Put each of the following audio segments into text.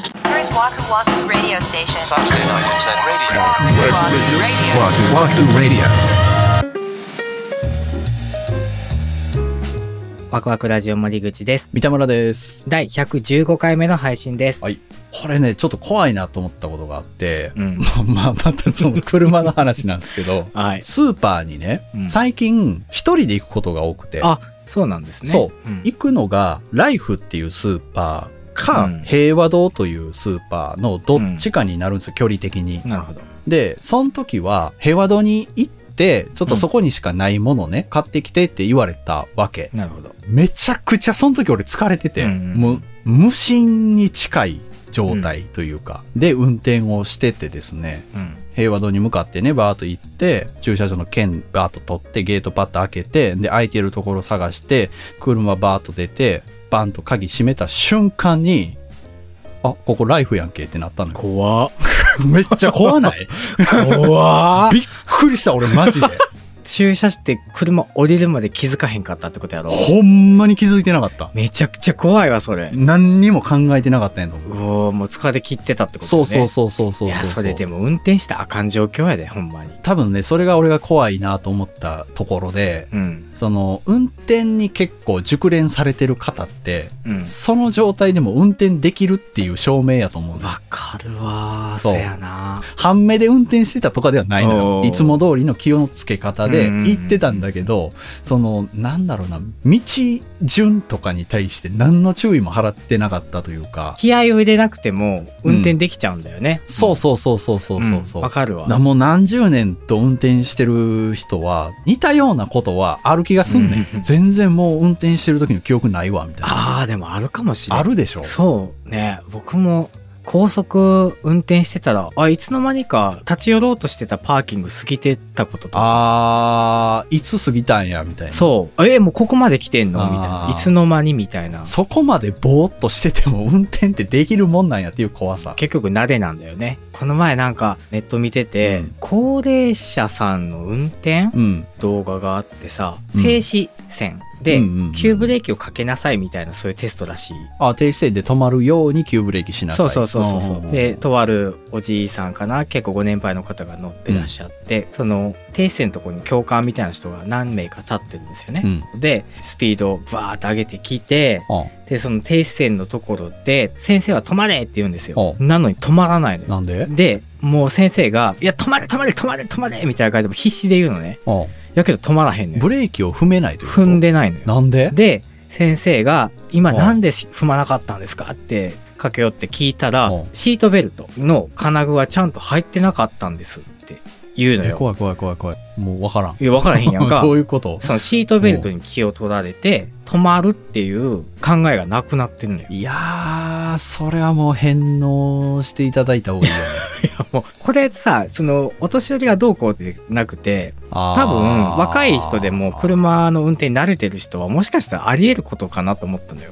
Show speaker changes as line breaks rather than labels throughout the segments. Waku Waku Radio Station.
Saturday night at 10 radio.
Waku Waku Radio.
Wahoo Wahoo Radio.
ワクワクラジオ森口です。
三田村です。
第115回目の配信です。
はい。これね、ちょっと怖いなと思ったことがあって、
うん
まあ、またちょっと車の話なんですけど、
はい。
スーパーにね、
うん
最近一人で行くことが多くて、
あ、そうなんですね。
そう、
ん
行くのがライフっていうスーパーか、
うん
平和堂というスーパーのどっちかになるんですよ、距離的に。
なるほど。
で、その時は平和堂に行って、ちょっとそこにしかないものね、買ってきてって言われたわけ。
なるほど。
めちゃくちゃその時俺疲れてて、
うん
もう無心に近い状態というか、で運転をしててですね、
うん。
平和堂に向かってね、バーッと行って、駐車場の券バーッと取って、ゲートパッと開けて、で、空いてるところ探して、車バーッと出て、バンと鍵閉めた瞬間に、あ、ここライフやんけってなったのよ。
怖っ。
めっちゃ 怖ない
怖っ。
びっくりした、俺マ ジで。
駐車して車降りるまで気づかへんかったってことやろ。
ほんまに気づいてなかった。
めちゃくちゃ怖いわ、それ。
何にも考えてなかったんやと思う。
うおーもう疲れ切ってたってことね。
そうそうそうそうそう
いや、それでも運転したらあかん状況やで、ほんまに。
多分ね、それが俺が怖いなと思ったところで、
うん。
その、運転に結構熟練されてる方って、
うん。
その状態でも運転できるっていう証明やと思うの。
わかるわー。
そう
そやな。
半目で運転してたとかではないの
お
よ。
ー
いつも通りの気をつけ方で
うんうんうん
行ってたんだけど、その、なんだろうな、道順とかに対して何の注意も払ってなかったというか、
気合を入れなくても運転できちゃうんだよね。
そうそうそうそうそうそう
う
そ
ん
う。
わかるわ。
なもう何十年と運転してる人は、似たようなことはある気がすんね。
うん
全然もう運転してる時の記憶ないわ、みたいな。
ああ、でもあるかもしれん
あるでしょ
そうね。僕も高速運転してたら、あ、いつの間にか立ち寄ろうとしてたパーキング過ぎてったこととか。
あー、いつ過ぎたんや、みたいな。
そう。え、もうここまで来てんのみたい
あ
な。
ー
いつの間にみたいな。
そこまでぼーっとしてても運転ってできるもんなんやっていう怖さ。
結局慣れなんだよね。この前なんかネット見てて、
うん
高齢者さんの運転
うん。
動画があってさ、
うん
停止線で、
うんうんうん
急ブレーキをかけなさいみたいなそういうテストらしい。
あ、停止線で止まるように急ブレーキしなさ
そ
い。
うそうそうそうそ
ん
う。で、とあるおじいさんかな、結構ご年配の方が乗ってらっしゃって、その停止線のとこに教官みたいな人が何名か立ってるんですよ
う
ね。
ん。
で、スピードをバーッと上げてきて、
あ
で、その停止線のところで、先生は止まれって言うんですよ。
う
なのに止まらないのよ。
なんで
で、もう先生が、いや、止まれ止まれ止まれ止まれみたいな感じで必死で言うのね。
あ
やけど止まらへんのよ
ブ。レーキを踏めないということ
踏んでないのよ。
なんで
で先生が「今
うん
なんでし踏まなかったんですか?」って駆け寄って聞いたら
うん
「シートベルトの金具はちゃんと入ってなかったんです」って言うの
え
よ。
怖い怖い怖い怖い。もうわからん。
いや分からへんやんか
ど。ういうこと
そのシートベルトに気を取られて止まるっていう考えがなくなってるのよ。い
いやー、それはもう返納していただいた方がいいよね。
やもうこれさそのお年寄りがどうこうってなくて 多
多
分若い人でも車の運転に慣れてる人はもしかしたらありえることかなと思ったのよ。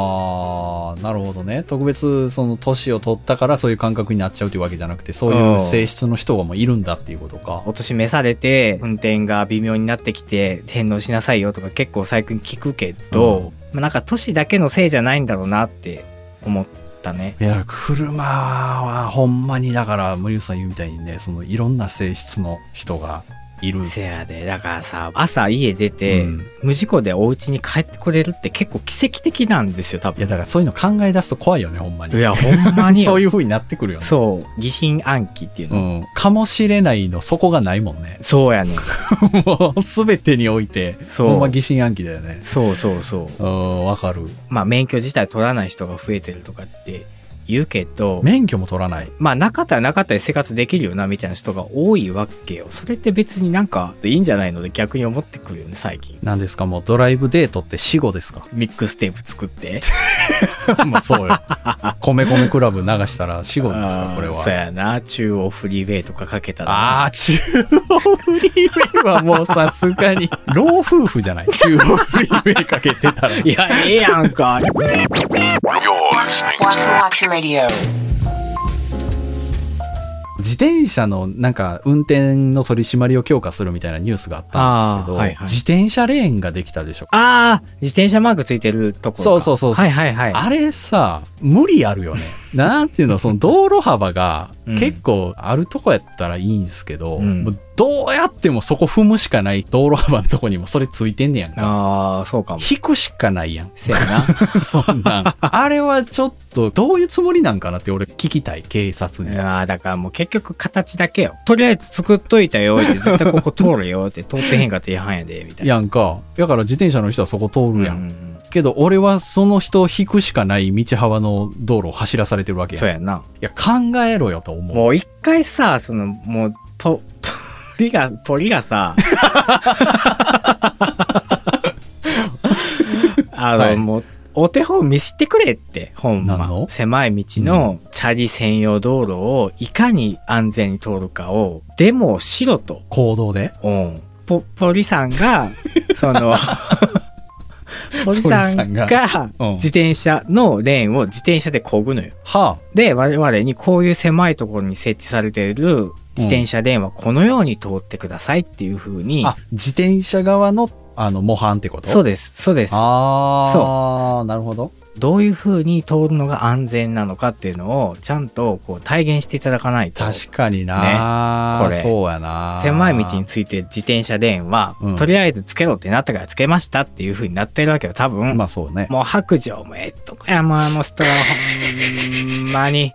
あーなるほどね特別その年を取ったからそういう感覚になっちゃうというわけじゃなくてそういう性質の人がもういるんだっていうことか
お年召されて運転が微妙になってきて返納しなさいよとか結構最近聞くけど、まあなんか年だけのせいじゃないんだろうなって思ったね。
いや車はほんまにだから森内さん言うみたいにねそのいろんな性質の人がいる
せやでだからさ朝家出て、
うん
無事故でお家に帰ってこれるって結構奇跡的なんですよ多
いや
分。
だからそういうの考え出すと怖いよねほんまに
いやほんまに
そう
う
いう風になってくるよね
そう疑心暗鬼っていう
う
の、
ん、かもしれないの底がないもんね
そうやねん
もう全てにおいて
そう
ほんま疑心暗鬼だよね
そうそうそう
うんわかる
まあ免許自体取らない人が増えてるとかって言うけど
免許も取らない
まあなかったらなかったで生活できるよなみたいな人が多いわけよ。それって別になんかいいんじゃないので逆に思ってくるよね、最近。
何ですかもうドライブデートって死後ですか
ミックステープ作 って。
まあそうよ。 米米クラブ流したら死後ですか、これ
あーそう
は。
やな、中央フリーウェイとかかけたら。
あー、中央フリーウェイはもうさす がに。老夫婦じゃない中央フリーウェイかけてたら。
いや、ええやん か。
You're listening
Waku Waku
to
Radio.
自転車のなんか運転の取り締まりを強化するみたいなニュースがあったんですけ
あ
ど、
ーはいはい
自転車レーンができたでしょ。
ああ、自転車マークついてるところか。
そうそうそうそ
は
う
いはいはい。
あれさ、無理あるよね。なんていうの、その道路幅が
うん
結構あるとこやったらいいんすけど、
うん
もうどうやってもそこ踏むしかない道路幅のとこにもそれついてんねやんか。
ああ、そうかも。。
引くしかないやん
せやな。
そんなん。あれはちょっとどういうつもりなんかなって俺聞きたい、警察
い
に。
やーだからもう結局形だけよ。とりあえず作っといたよって、絶対ここ通るよって、通ってへんかったら違反やで、みたいな。
やんか。だから自転車の人はそこ通るやん。
うんうん
けど俺はその人を引くしかない道幅の道路を走らされてるわけやん。
そうやな。
いや、考えろよと思う。
もう一回さ、その、もう、ポ、ポリが、ポリが さ、あの、
はい
もう、お手本見せてくれって、ほん
何
ま
の。
狭い道のチャリ専用道路をいかに安全に通るかを、デモをしろと。
行動で
うん。ポ、ポリさんが、その、 ポリさん
ポリ
が
うん
自転車のレーンを自転車で漕ぐのよ。
は
で、我々にこういう狭いところに設置されている自転車レーンはこのように通ってくださいっていう風に、
あ、あ、自転車側の、あの、模範ってこと
そう
う
です、そうです。
ああ、なるほど。
どういう風に通るのが安全なのかっていうのをちゃんとこう体現していただかないと、
確かにな、
ねこれ
そうやな
狭い道について自転車レーンは、
うん
とりあえずつけろってなったからつけましたっていう風になってるわけよ、多分。
まあそうね。
もう白状もええとかや、もうあの人はほんまに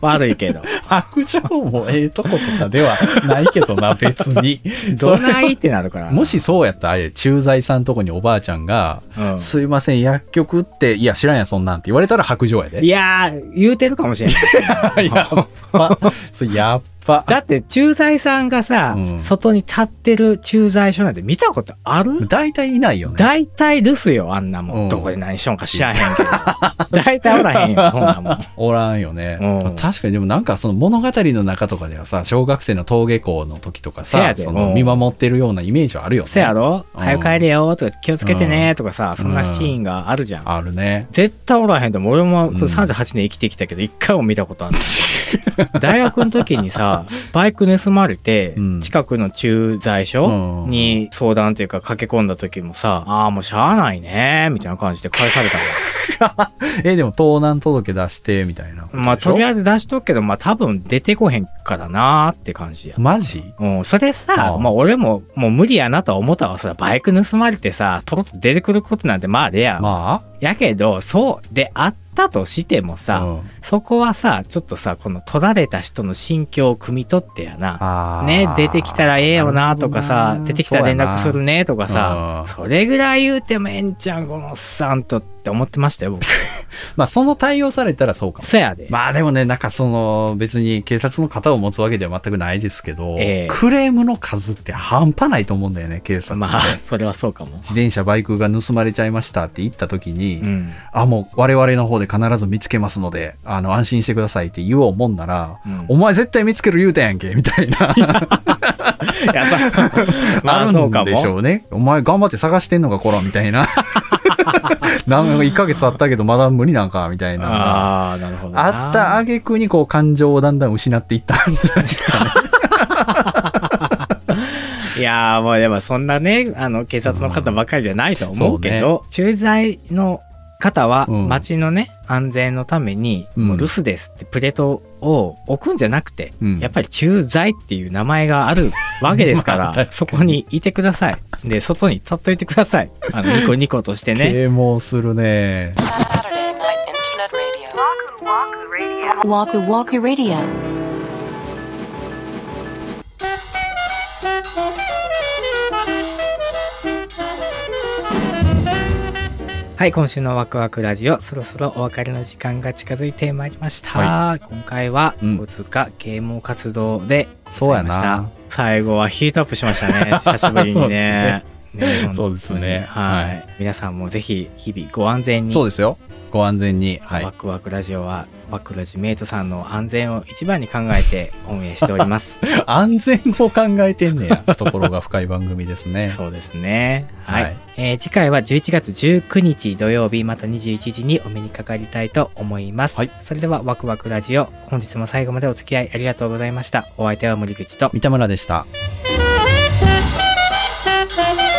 悪いけど。
白状もええとことかではないけど な、別に。
ど
それ
ないってなるからな。
もしそうやったらあれ、駐在さんとこにおばあちゃんが、
うん
すいません、薬局って、いや、知らんやん、そんなんって言われたら白状やで。
いやー、言うてるかもしれない。
やっぱ。それやっぱ。
だって駐在さんがさ、
うん
外に立ってる駐在所なんて見たことある
大体いないよね。
大体留守よ、あんなもん。
うん
どこで何しよんか知らへんけど。大体おらへん よ、こんなもん。
おらんよね、
うん
確かにでもなんかその物語の中とかではさ小学生の登下校の時とか
せや
さ
で
その
うん
見守ってるようなイメージはあるよね
せやろ、
うん
早く帰れよ、とか気をつけてね、とかさ、そんなシーンがあるじゃん。
あるね
絶対おらへんと思う。俺も
ん
38年生きてきたけど、一回も見たことある。 大学の時にさ、バイク盗まれて
うん、
近くの駐在所に相談というか駆け込んだ時もさ、ああ、もうしゃあないね、みたいな感じで返されたのよ。
えでも盗難届出してみたいな
まあ、とりあ
え
えず出しとくけど、まあ、多分出てこへんからなーって感じや。
マジ
うん、それさ
あ、あ
まあ、俺も、もう無理やなとは思ったわ。そら、バイク盗まれてさ、ポロッと出てくることなんて、まあ、レア。
ま
やけど、そうであったとしても
あ
さ、
うん
そこはさ、ちょっとさ、この取られた人の心境を汲み取ってやな。
あー
ね、出てきたらええよなとか
る
さ
ほど、な
出てきたら連絡するねとかさ、
そ
それぐらい言うてもええんちゃん、このおっさんとって思ってましたよ、 僕。
まあその対応されたらそうかも
そやで。
まあでもねなんかその別に警察の肩を持つわけでは全くないですけど、
ええ
クレームの数って半端ないと思うんだよね警察って、
まあ、 それはそうかも。
自転車バイクが盗まれちゃいましたって言った時に、
うん。
あ、もう我々の方で必ず見つけますので、あの、安心してくださいって言おうもんなら、
うん
お前絶対見つける言うたやんけ、みたいな。
いや、まあ ま
あ
あ、
る
そうんかも。
でしょうね。お前頑張って探してんのか、こら、みた いな。なんか1ヶ月経ったけどまだ無理なんか、みたいなのが。
ああ、なるほどな。
あった挙句にこう感情をだんだん失っていったんじゃないですかね。
いやー、もうでもそんなね、あの、警察の方ばかりじゃないと思うけど、駐在の方は
うん
街のね、安全のために、
うん
もう留守ですってプレートを置くんじゃなくて、
うん
やっぱり駐在っていう名前があるわけですか
まあ
ら、
確かに
そこにいてください。で、外に立っといてください。あの、ニコニコとして ね。
啓蒙するね。
Saturday night internet radio. Waku Waku Radio. Waku Waku Radio.
はい、今週のワクワクラジオ、そろそろお別れの時間が近づいてまいりました。
は
今回は、
うん
小塚啓蒙活動で
そうやな
ございました最後はヒートアップしました ね。久しぶりにね。ね
そうですね
本当にはい。
は
皆さんもぜひ、日々ご安全に。
そうですよ。ご安全に。はい
ワ。クワクラジオは、ワクラジメイトさんの安全を一番に考えて運営しております。
安全を考えてんねや。懐が深い番組ですね。
そうですね。はい。
はい
えー次回は11月19日土曜日、また21時にお目にかかりたいと思います。
はい
それでは、ワクワクラジオ、本日も最後までお付き合いありがとうございました。お相手は森口と、
三田村でした。
Thank you.